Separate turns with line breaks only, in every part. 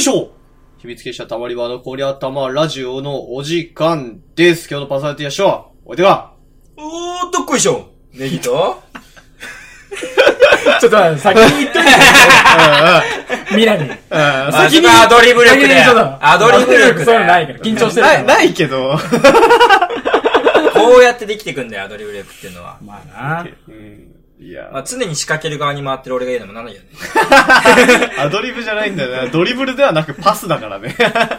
しょ秘密結社たまり場のこりゃたまラジオのお時間です。今日のパーソナリティはショア。おいでが。
おーっとっこいしょネギと
ちょっと、先に言っといて。ミラに。
あそこはアドリブ力で
先にちょっと
アドリブ力で
そういうのないから。緊張してる
な
から。
い、ないけど。
こうやってできてくんだよ、アドリブ力っていうのは。
まあな。
うんい
ま
や、
あ、常に仕掛ける側に回ってる俺が言うのもなんだけどね。
アドリブじゃないんだ よな。ドリブルではなくパスだからね。
だか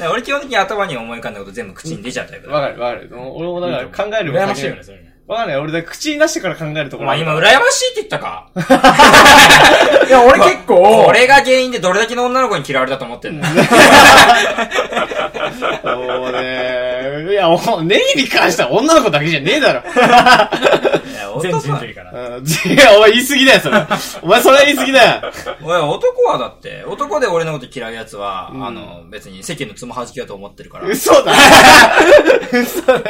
ら俺基本的に頭に思い浮かんだこと全部口に出ちゃうタイプだ。
わかるわかる。俺もだから考える
羨ましいよね、それね。
わかんない。俺だから口に出してから考えるとこ
お
ろ。
前今、羨ましいって言ったか
いや、俺結構、
俺が原因でどれだけの女の子に嫌われたと思ってんの
そうね。いや、おネギに関しては女の子だけじゃねえだろ。
全
男
人
は
類から。
うんいや、お前言い過ぎだよ、それ。お前それは言い過ぎだよ。
おい男はだって、男で俺のこと嫌いな奴は、
ん
あの、別に世間のつまはじきだと思ってるから。
嘘だ 嘘だ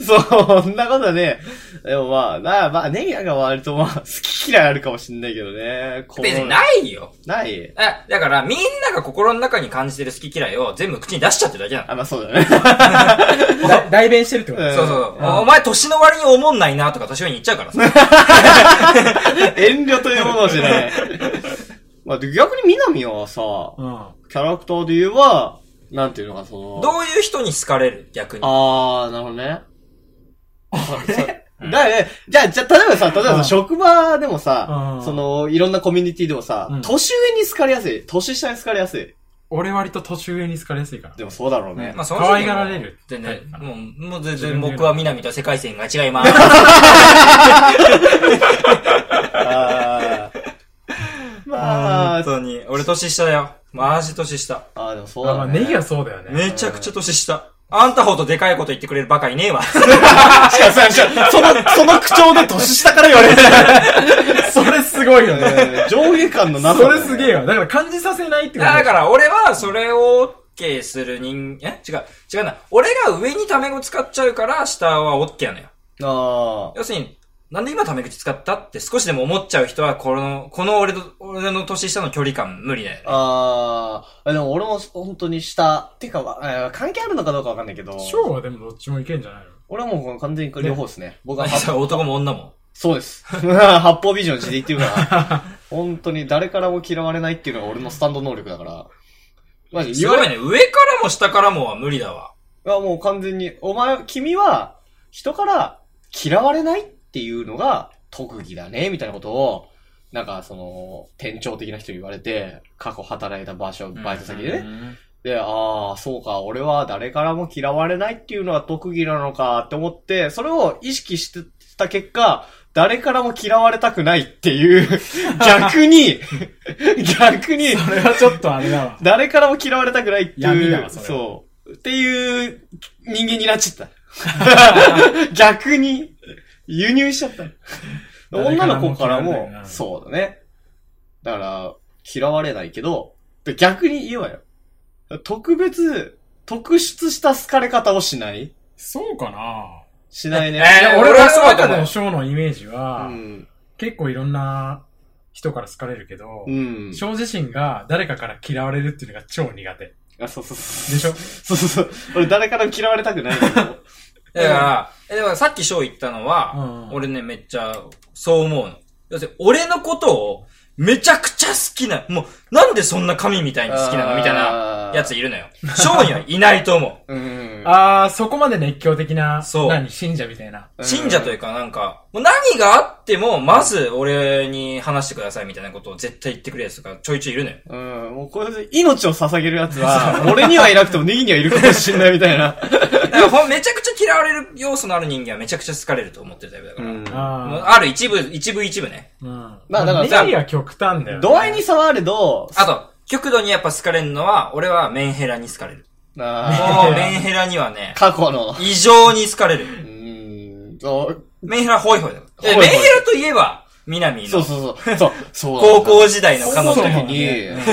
そう、そんなことね。でもまあ、なあ、まあ、ネギなんか割とまあ、好き嫌いあるかもしんないけどね。こう
別にないよ。
ない
え、だからみんなが心の中に感じてる好き嫌いを全部口に出しちゃってるだけなの。
あ、まあそうだね。
だ代弁してるってこと
うん
そうそう。おお前年の割に思んないなとか年上に言っちゃうからさ。
遠慮というものをしない。まあ、で逆に南はさ、
うん。
キャラクターで言えば、なんていうのか、その、
どういう人に好かれる逆に。
あー、なるほどね。だよね。じゃあ、じゃあ、例えばさ、例えば
う
さ
ん
職場でもさ、
うん
その、いろんなコミュニティでもさ、
うん
年上に好かれやすい。年下に好かれやすい。
俺割と年上に好かれやすいから。
でもそうだろうね。
まあ、その
可愛がられる。
でね、
はい
もう、もう全
自
然
分で言うの
僕は南と世界線が違います。
あーまあ
本、当に。俺年下だよ。マジ年下。
あー、でもそう
あま
だ
あ、
ね。
ネギはそうだよね。
めちゃくちゃ年下。あんたほどでかいこと言ってくれるバカいねえわ。
しかもさ、しかもその、その口調で年下から言われて
それすごいよね。
る。上下感のなさ
そ
だね
れすげえよ。だから感じさせないってこと
だから俺はそれを OK する人、え違う、違うな。俺が上にタメ語使っちゃうから下は OK なのよ。
あ
要するに、なんで今タメ口使ったって少しでも思っちゃう人は、この、この俺と、俺の年下の距離感無理だよ
ー
ね。
あー。でも俺も本当に下。てか、えー関係あるのかどうかわかんないけど。
ショーはでもどっちもいけんじゃないの
俺はもう完全に両方ですね。僕は
それ 男も女も。
そうです。 八方美女の字で言ってる から。本当に誰からも嫌われないっていうのが俺のスタンド能力だから。マジ、
す
言わ
ご
れ
いね。上からも下からもは無理だわ。
いやもう完全に、お前、君は人から嫌われないっていうのが特技だね、みたいなことを、なんかその、店長的な人に言われて、過去働いた場所、バイト先でね。
ね。
で、ああ、そうか、俺は誰からも嫌われないっていうのは特技なのかって思って、それを意識してた結果、誰からも嫌われたくないっていう、逆に、逆に、
それはちょっとあれだわ。
誰からも嫌われたくないって
闇
い
だわ
う、
それは
そう。っていう人間になっちゃ った。逆に、輸入しちゃった。
誰
女
から
の
も
子から
嫌わ
も
れない、な
そうだね。だから、嫌われないけど、で逆に言えばよ。特別、特出した好かれ方をしない
そうかな
しないね。
え
いや、
俺
俺
は
は
そ
そうう
だと
だ
思う
のショーのイメージは、
うん。
結構いろんな人から好かれるけど
う、ん。
ショー自身が誰かから嫌われるっていうのが超苦手。で
あ、そうそうそう。
しょ
そうそうそう。俺誰からも嫌われたく ないけど。
だから、えだからさっき翔言ったのは、
うん
俺ね、めっちゃ、そう思うの。要するに、俺のことを、めちゃくちゃ好きな、もう、なんでそんな神みたいに好きな
あ
の
ー
みたいな、やついるのよ。翔にはいないと思
うん。
あー、そこまで熱狂的な、
そう
何、信者みたいな。
う。信者というか、なんか、もう何があっても、まず俺に話してくださいみたいなことを絶対言ってくれるやつがちょいちょいいるのよ。
うん、もうこれで命を捧げるやつ は、俺にはいなくてもネギにはいるかもしんないみたいな。
だからほんめちゃくちゃ嫌われる要素のある人間はめちゃくちゃ好かれると思ってるタイプだから。もう
あ
ある一部、一部一部ね。
ー。うん。
まあだから
ネギは極端だよね。
度合いに差はあれど、
あと、極度にやっぱ好かれるのは、俺はメンヘラに好かれる。
あ
もう、メンヘラにはね
ー、過去の、
異常に好かれる。
うん、そう、
メンヘラホイホイだよ。
ホイ
え
ホイ
メンヘラといえば、南
そう
の
そうそう、 そう、そう
高校時代の彼
の
女
時
そう
に、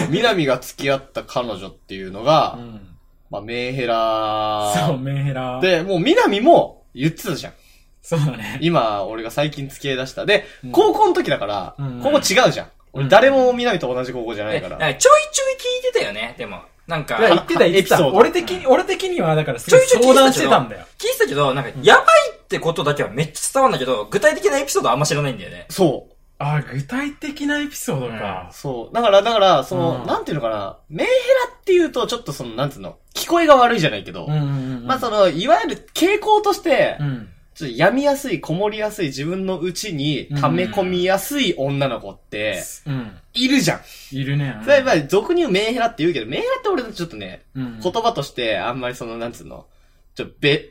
南が付き合った彼女っていうのが
う、ん。
まあ、メンヘ
そう、
ラ
メンヘラ。
で、もう南も言ってたじゃん。
そうだね。
今、俺が最近付き合い出した。で、高校の時だから
う、ん
高校違うじゃん。俺誰も見ないと同じ高校じゃない
え
か
なん
ら。
かちょいちょい聞いてたよね、でも。なんか、
いや、言ってた言って
エピソ
た。
ード
俺的に、俺的には、だからす
ち
ご
ょ
い
いちょい聞い
相
てた
談し
け
て
ど、
たんだよ。
聞いてたけど、なんか、やばいってことだけはめっちゃ伝わるんだけど、具体的なエピソードあんま知らないんだよね。
そう。
あー、具体的なエピソードか。
そう。だから、だから、その、
うん
なんていうのかな、メンヘラっていうと、ちょっとその、なんつうの、聞こえが悪いじゃないけど、
うんうんうんうん。
まあその、いわゆる傾向として、
うん。
ちょっと病みやすい、こもりやすい、自分の内に溜め込みやすい女の子って、
うん。
いるじゃん。
いるね。
それはまあ俗に言うメンヘラって言うけど、メンヘラって俺ちょっとね、
うん
言葉として、あんまりその、なんつうの、ちょ、べ、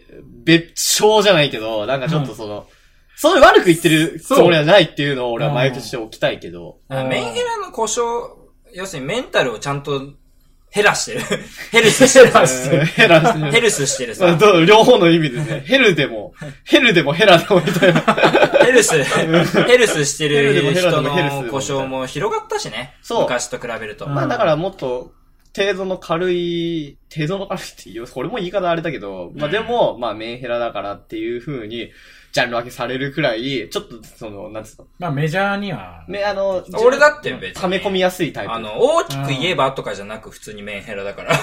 別称じゃないけど、なんかちょっとその、そういう悪く言ってるつもりはないっていうのを俺は前としておきたいけど、
あ
うん
メンヘラの故障、要するにメンタルをちゃんとヘラしてる。 ヘルスしてる。
うんヘラしてる
ヘルスしてる
まあ
さ。
どう両方の意味です ね。ヘルでも、ヘルでもヘラでもみたいな。
ヘルス、ヘルスして
ヘルでも
る
ヘラで
人
もヘルスでも
の故障も広がったしね。
そう
昔と比べると。
うん
まあだからもっと、程度の軽い、程度の軽いって言う、これも言い方あれだけど、まあでも、まあメンヘラだからっていう風に、ジャンル分けされるくらい、ちょっとその、なんつうの、
まあメジャーには。
ね、あの、
俺だって別に。
溜め込みやすいタイプ。
あの、大きく言えばとかじゃなく普通にメンヘラだから。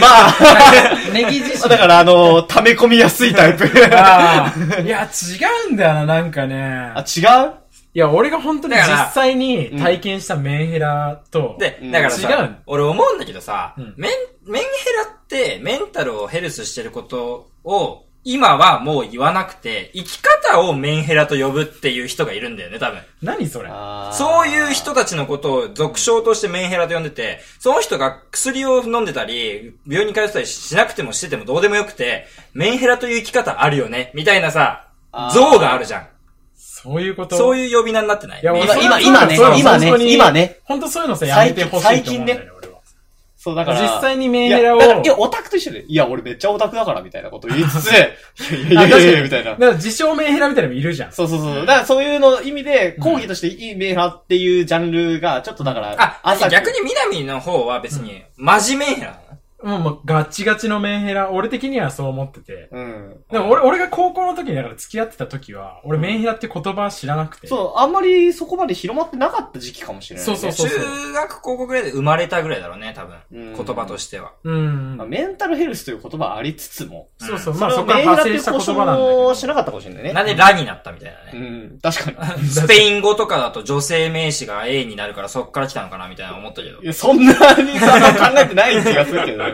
まあ、
ネギ自
だからあの、溜め込みやすいタイ プ。
ああ。いや、違うんだよな、なんかね
あ、。違う
いや、俺が本当に
だから
実際に体験したメンヘラと、
で
うん、
だから
違う
さ、俺思うんだけどさ、
うん
メン、メンヘラってメンタルをヘルスしてることを、今はもう言わなくて、生き方をメンヘラと呼ぶっていう人がいるんだよね、多分。
何それ
そういう人たちのことを俗称としてメンヘラと呼んでて、その人が薬を飲んでたり、病院に通ってたりしなくてもしててもどうでもよくて、メンヘラという生き方あるよね、みたいなさ
あ、ー
像があるじゃん。
そういうこと
そういう呼び名になってない。
いや、
今
俺
今今ね今ね今ね。
本当そういうのさ、やめてほしいと思うんだよね、俺は。
そう、だから。
実際にメンヘラを
いやだからいや、オタクと一緒で。いや、俺めっちゃオタクだから、みたいなこと言いつつ、 いや
あ
いやいやいや、みたいな
だ。から自称メンヘラみたいなのもいるじゃん。
そうそうそう。だからそういうの意味で、講義としていいメンヘラっていうジャンルが、ちょっとだから、
あ、
浅く
逆に南の方は別に、真面目メンヘラなの
もうもうガチガチのメンヘラ、俺的にはそう思ってて。
うん。
でも俺、俺が高校の時にだから付き合ってた時は、俺メンヘラって言葉知らなくて。
そう、あんまりそこまで広まってなかった時期かもしれない、
そうそうそうそう。
中学高校ぐらいで生まれたぐらいだろうね、多分。
うん
言葉としては。
うん
まあ。メンタルヘルスという言葉ありつつも、
そうそうう。
ん
まあ
れ
そ
を
こから
メンヘラ
派
ってい
生
う
した
故
言葉
障
なんだけ
も
ど。
しなかったかもしれないね。
なんでラになったみたいな
う
ね。
ん、確かに。
スペイン語とかだと女性名詞が A になるからそっから来たのかなみたいな思ったけど
い。や、そんなにさ、考えてない気がするけど。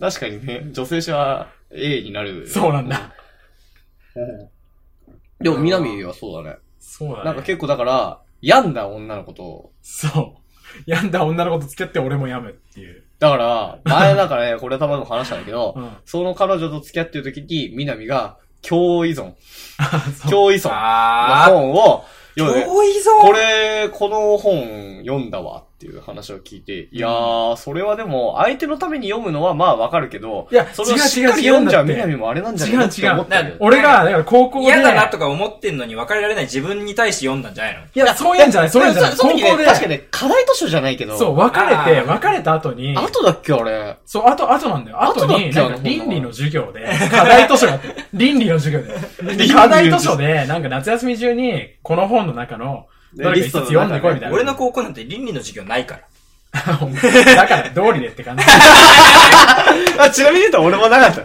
確かにね、女性詞は A になる。
そうなんだ。
でも、南はそうだね。
そうだね。
なんか結構だから、病んだ女のことを。
そう。病んだ女の子と付き合って俺も病むっていう。
だから、前だからね、これ多分話したんだけど、
うん
その彼女と付き合ってる時に、南が、強依 存。
そう
強依存の
あ
本を
ー、
読んで、
遠いぞ
これ、この本読んだわっていう話を聞いて、いやー、それはでも、相手のために読むのはまあわかるけど、
いや
それを
違う
しっかり
違う違う
読んじゃう
だって
南もあれなんじゃないかって思った
違う違
よ
う。
俺が、だから高校で。
嫌だなとか思ってんのに別れられない自分に対して読んだんじゃないの
いや、そういうんじゃない、そういうんじゃない。
そ
高
の
校
時ね確かに
で。
ね、課題図書じゃないけど、
そう、別れ
あ
て、
ー
別れた後に、
後だっけあれ。
そう、あと、あとなんだよ。あ
後
と
だっけ
に、なん
あ
か
の
倫理の授業で、課題図書があって、 倫理の授業
理の授
で。
業
課題図書で、なんか夏休み中に、この本の中の、
ね
どれか一つ読んでこいみたいな。
俺の高校なんて倫理の授業ないから。
だから、道理でって感 じ。
あ、ちなみに言うと俺もなかった。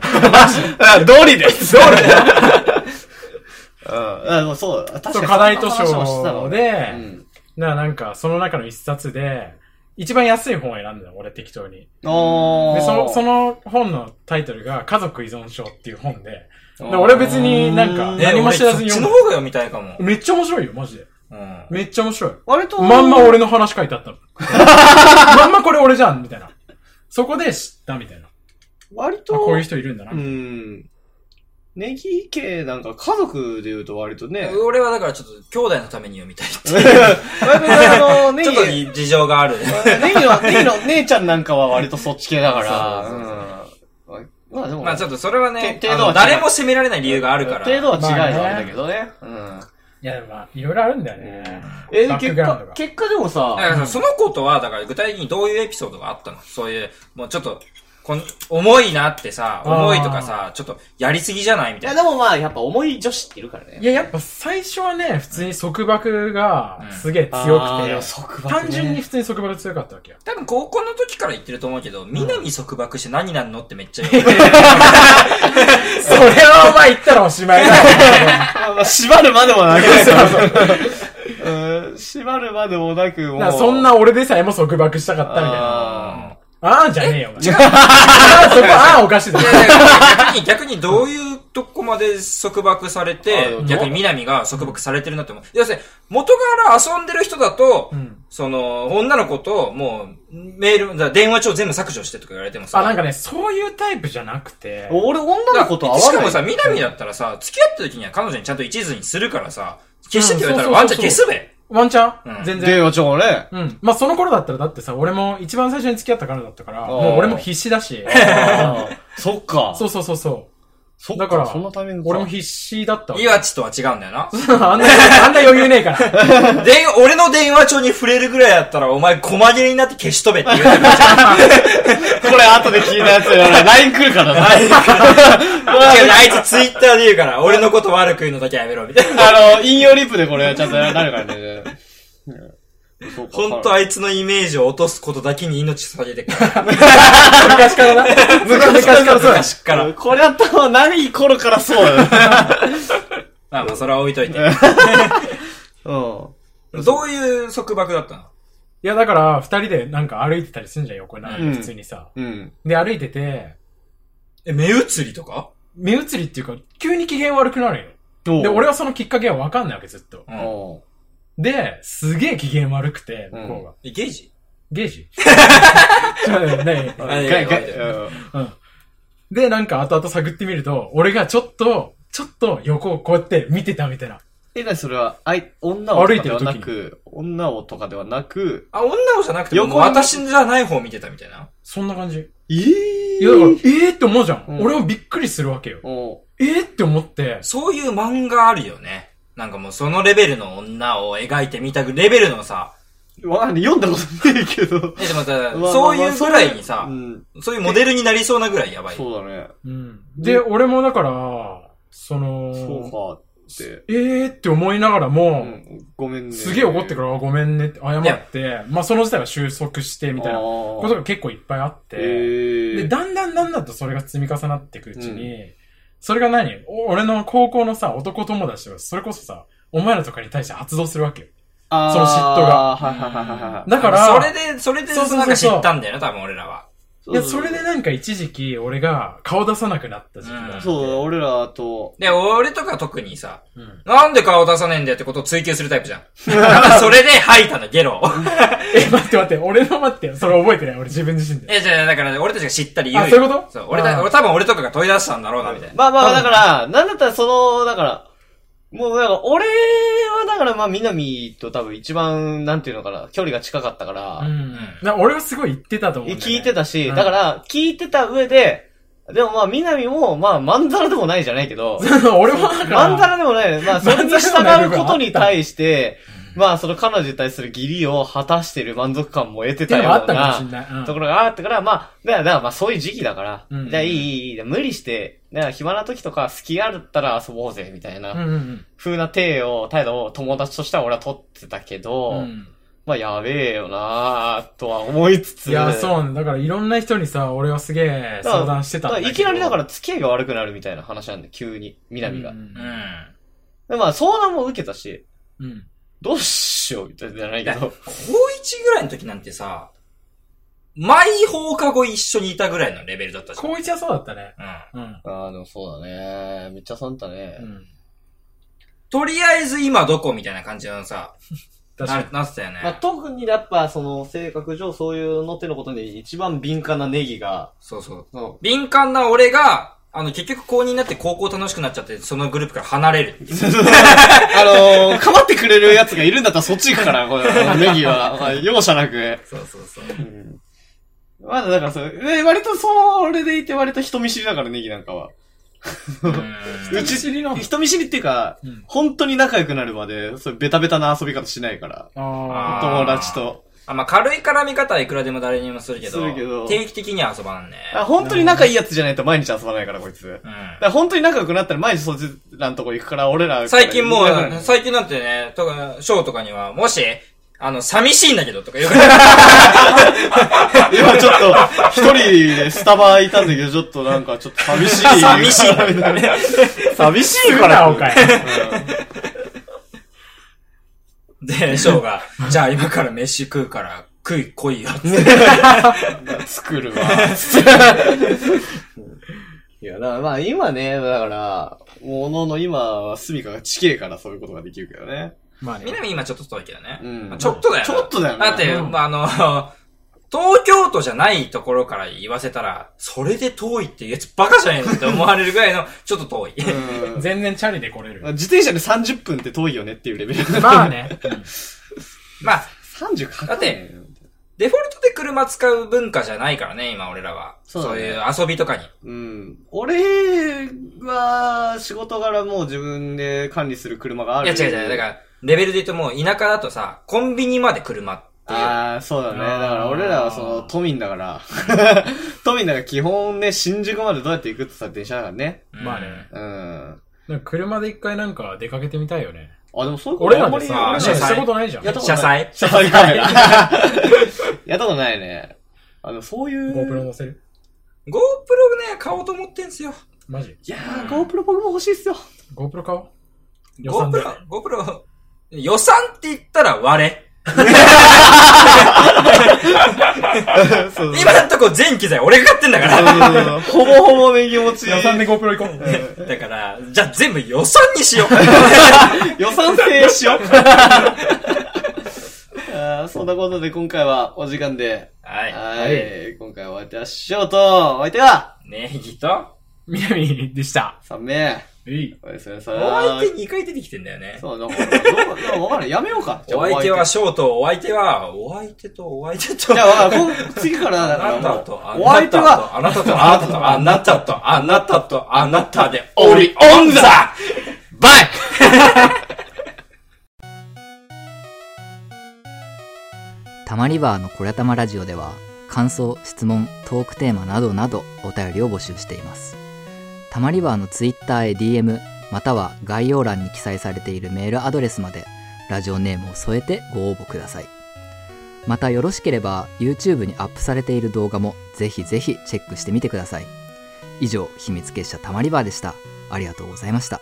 あ、道理です。道理 うん、あそう、確かに
そう、課題図
そんな話をしてた
書
の
で
う、ん。
な、なんか、その中の一冊で、一番安い本を選んだの、俺適当に。
おー
で、その、その本のタイトルが、家族依存症っていう本で、で俺別になんか、
うん
ね
何も知らず
俺
に
そっちの
読
方が読みたいかも
む。。めっちゃ面白いよ、マジで。
うん。
めっちゃ面白い。
割と、
まんま俺の話書いてあった の。まんまこれ俺じゃん、みたいな。そこで知った、みたいな。あ
割と、
こういう人いるんだな。
うん。ネギ系なんか家族で言うと割とね。
俺はだからちょっと兄弟のために読みたいっていう。
割とあの、ネ
ちょっ
ギ、
と
ネギ
に事情がある。
の、ネギの姉ちゃんなんかは割とそっち系だから。
そう
うんまあでも、
まあちょっとそれはね、
て程度は
あの誰も責められない理由があるから。
程度は違い
まあね
はあれだけどね。うん。
いや、でもまあ、いろいろあるんだよね。
え、
バッ
結
クグラウンド
果
が、
結果でも
だか
さ、
らさその子とは、だから具体的にどういうエピソードがあったのそういう、もうちょっと、こん重いなってさ、
あー
重いとかさ、ちょっとやりすぎじゃないみ
い
た
や、
いな。
でもまあ、やっぱ重い女子っているからね。
いや、やっぱ最初はね、普通に束縛がすげえ強
あーでも
くて、
束縛ね
単純に普通に束縛強かったわけよ。
多分高校の時から言ってると思うけど、南束縛して何なんのってめっちゃ言う。
それはお前言ったらおしまい だよ。
まあまあ縛るまでも なく。うん縛るまでもなく、もう。
なんかそんな俺でさえも束縛したかったみたいな。
あ
あーじゃねえよ、お前。あーそこ、あーおか しいだろ。
逆に、逆にどういうとこまで束縛され
あで
て
も、
逆に南が束縛されてるなって思う。要するに、元から遊んでる人だと、
うん
その、女の子と、もう、メール、だ電話帳全部削除してとか言われてもさ。
あ、なんかね、そういうタイプじゃなくて
ー、俺、女の子と
し
会
か
わ
も
な
さ、
い。
南だったらさ、付き合った時には彼女にちゃんと一途にするからさ、消してって言われたら
うん
ワンちゃん消すべ。
ワンチャ
うん
ン全然。
でよ、ちょ、ね。
うん。まあ、その頃だったら、だってさ、俺も一番最初に付き合った彼女だったから、
ー
もう俺も必死 だし。
あーそっか。
そうそうそうそ
そっ
う。だから、
そんなタイミングか
俺も必死だったわ。
岩地とは違うんだよな。
あ んな、あんな余裕ねえから。
で、俺の電話帳に触れるぐらいだったら、お前、細切れになって消しとべって言うてくるじゃん。
これ後で聞いたやつやな。LINE 来るからな。
違うあいつツイッターで言うから、俺のこと悪く言うのだけはやめろ、みたいな。
あの、引用リップでこれちゃんとなるからね。そうか
本当あいつのイメージを落とすことだけに命下げてくから。
昔からな。 昔からそうだ。
昔から。
これやったのは何頃からそうだ よね。
まあまあ、それは置いと いて。
うん。
どういう束縛だったの
いや、だから、二人でなんか歩いてたりすんじゃん、横並び
うん
で普通にさ。
うん。
で、歩いてて、
え、目移りとか
目移りっていうか、急に機嫌悪くなるよ。で、俺はそのきっかけはわかんないわけ、ずっと
う。
うん
ん。
で、すげえ機嫌悪くて、
うん
向こうが。
えゲージ
ゲ ージちょっと待ってね
あいや
が
いや
が
いや
うん
うん。で、なんか後々探ってみると、俺がちょっと、ちょっと横をこうやって見てたみたいな。
え、なにそれは、あい、女をとかではな
歩いて
く、女をとかではなく、
あ、女をじゃなくて、もう
横に
私じゃない方見てたみたいな。
そんな感じ。
え
いや、だから、えーって思うじゃん。
うん
俺もびっくりするわけよ。
お
えーって思って、
そういう漫画あるよね。なんかもうそのレベルの女を描いてみたくレベルのさ、
わかんない。読んだことないけ ど。
え、でもさ、
まあ
そういうぐらいに
う
さ、
ん。
そういうモデルになりそうなぐらいやばい。
そうだね。
うん。で、俺もだから、その、
そうかって。
えーって思いながら
う
も、
ん。ごめんね。
すげえ怒ってから、あごめんねって謝
いや
って、まあその事態は収束してみたいな
あー
ことが結構いっぱいあって、
え
で、
え。
だんだんだんだんとそれが積み重なっていくうちに、それが何お俺の高校のさ、男友達が、それこそさ、お前らとかに対して発動するわけよ。
あー
その嫉妬が
はいはいはいはいはい。
だから
それで、それで、
そうそうそうそう
なんか知ったんだよな、多分俺らは。
そ
いうや、
そ
そうれでなんか一時期、俺が顔出さなくなった時期があって。
そうだ、俺らと、
で、俺とか特にさ、
うん
なんで顔出さねえんだよってことを追求するタイプじ ゃん。それで吐いたの、ゲロ。
え、待って待って、俺の待って、それ覚えてない俺自分自身で。
え、じゃあ、だから俺たちが知ったり言うよ。
あそういうこと
そう、俺た
あー
俺多分俺とかが問い出したんだろうな、みたいな。
まあまあ、だから、なんだったらその、だから、もうだから、俺はだからまあ、南と多分一番、なんていうのかな、距離が近かったから、
うん。な俺はすごい言ってたと思うんだよね、
聞いてたし、
うん
だから、聞いてた上で、でもまあ、南も、まあ、まんざらでもないじゃないけ ど、
俺もだから、
まんざらでもない。まあ、それに従うことに対して、まあ、その彼女に対する義理を果たしてる満足感も得て
って
た
いう
よう
のがあったかもし
な
れ、ない。うん
ところがあったから、まあ、だから、だからまあ、そういう時期だから、
うん
じゃあいい、いい、いい、無理して、だから暇な時とか、隙あったら遊ぼうぜ、みたいな、
うんうん
風な手を、態度を友達としては俺は取ってたけど、
うんうん。
まあ、やべえよなぁとは思いつつ、
いや、そうなんだ。だからいろんな人にさ、俺はすげえ
だから
相談してた
だ
ん
か
だ
らいきなりだから付き合いが悪くなるみたいな話なんで、急に、南が。
うん
うん。
でまあ、相談も受けたし、
うん。
どうしよう、みたいなじゃないけど。
高1ぐらいの時なんてさ、毎放課後一緒にいたぐらいのレベルだったじゃん。
高一はそうだったね。
うん。
うん。
ああ、でもそうだね。めっちゃ損だね。
うん。
とりあえず今どこみたいな感じのさ、
確か
な
に。
なってたよね。
まあ、特にやっぱ、その、性格上、そういうの手のことに一番敏感なネギが、
そうそう。
その、
敏感な俺が、あの、結局高2になって高校楽しくなっちゃって、そのグループから離れるっていう。
あの ー、かまってくれるやつがいるんだったらそっち行くから、 このネギは。まあ容赦なく。
そうそうそう。
まだだからそう、え割とそれでいて割と人見知りだから、ネギなんかは。
うん
うち
知りの
人見知りっていうか、
うん
本当に仲良くなるまで、そうベタベタな遊び方しないから。
あ
友達と。
あ、まあ、軽い絡み方はいくらでも誰にもするけど、
するけど
定期的には遊ばんね。
あ本当に仲いいやつじゃないと毎日遊ばないから、こいつ。だか
うん。
ら本当に仲良くなったら毎日そっちらのとこ行くから、俺ら。
最近も
いなくな
う、
る
最近なんてね、とか、ショーとかには、もし、あの、寂しいんだけどとか言うか
今ちょっと、一人でスタバいたんだけど、ちょっとなんかちょっと寂しい。
寂しい
みたいな。 寂 しい
すぐ
か
な
ら。
おかい。
ら。で、ショーが、じゃあ今から飯食うから、食い来いよ。
うん作るわ。いや、だからまあ今ね、だから、ものの今はスミカが地形からそういうことができるけどね。
まあね
みな。み今ちょっと遠いけどね。
うん
まあちょっとだよな。
ちょっとだよね
だって、
うん
まあ、あの、 東京都じゃないところから言わせたら、それで遠いっていうやつバカじゃねえのって思われるぐらいの、 ちょっと遠い。
うん
全然チャリで来れる。
自転車で30分って遠いよねっていうレベル。
まあね。
まあ、
30かかんないよ
デフォルトで車使う文化じゃないからね、今俺らは。
そ
そうう,、
だね
いう遊びとかに。
うん。俺は仕事柄もう自分で管理する車があ
い
る。
や違う違う、だから、レベルで言うともう田舎だとさ、コンビニまで車っていう。
ああ、そうだね。だから俺らはその都民だから。都民だから基本ね、新宿までどうやって行くって言ったら電車だからね。
うん
まあね。
うん。
なんか車で一回なんか出かけてみたいよね。
あ、でもそういうこと
俺ら
あんま
で
り
さ、
あんまり
し
車載
たことないじゃん。
やっ
ゴ
たこと
車
ない。
載
車 載カメラ。やったことないね。あの、そういう。
ープロ乗せる
GoPro ね、買おうと思ってんすよ。
マジ
いやー、GoPro 僕も欲しいっ すよ。
ゴープロ買おう予算で。
GoPro、GoPro、予算って言ったら割れ。
そう
今だとこ全機材俺が買ってんだから。
そうほぼほぼね、気持ち。
予算で GoPro 行こ う。
だから、じゃあ全部予算に しよう。
予算制しよう。あーそんなことで今回はお時間で。
は。
はい。今回はお相手はショート。お相手はい
ねえ、ギと。
みなみでした。
!3 名。
うい。
おやすみな
お
さい。
相手2回出てきてんだよね。
そう、なんか、どうなんかわかんない。やめようか。
お相手はショート、お相手は、お相手とお相手と。
じゃあわかんない、こう次からだか
あ
ら
な
も
た
う
と、
お相手は、
あなたと、あなたと、あなたと、あなたと、あなたで、オリオンザバイ
たまりバーのこりゃたまラジオでは感想質問トークテーマなどなどお便りを募集していますたまりバーの Twitter へ DM または概要欄に記載されているメールアドレスまでラジオネームを添えてご応募くださいまたよろしければ YouTube にアップされている動画もぜひぜひチェックしてみてください以上秘密結社たまりバーでしたありがとうございました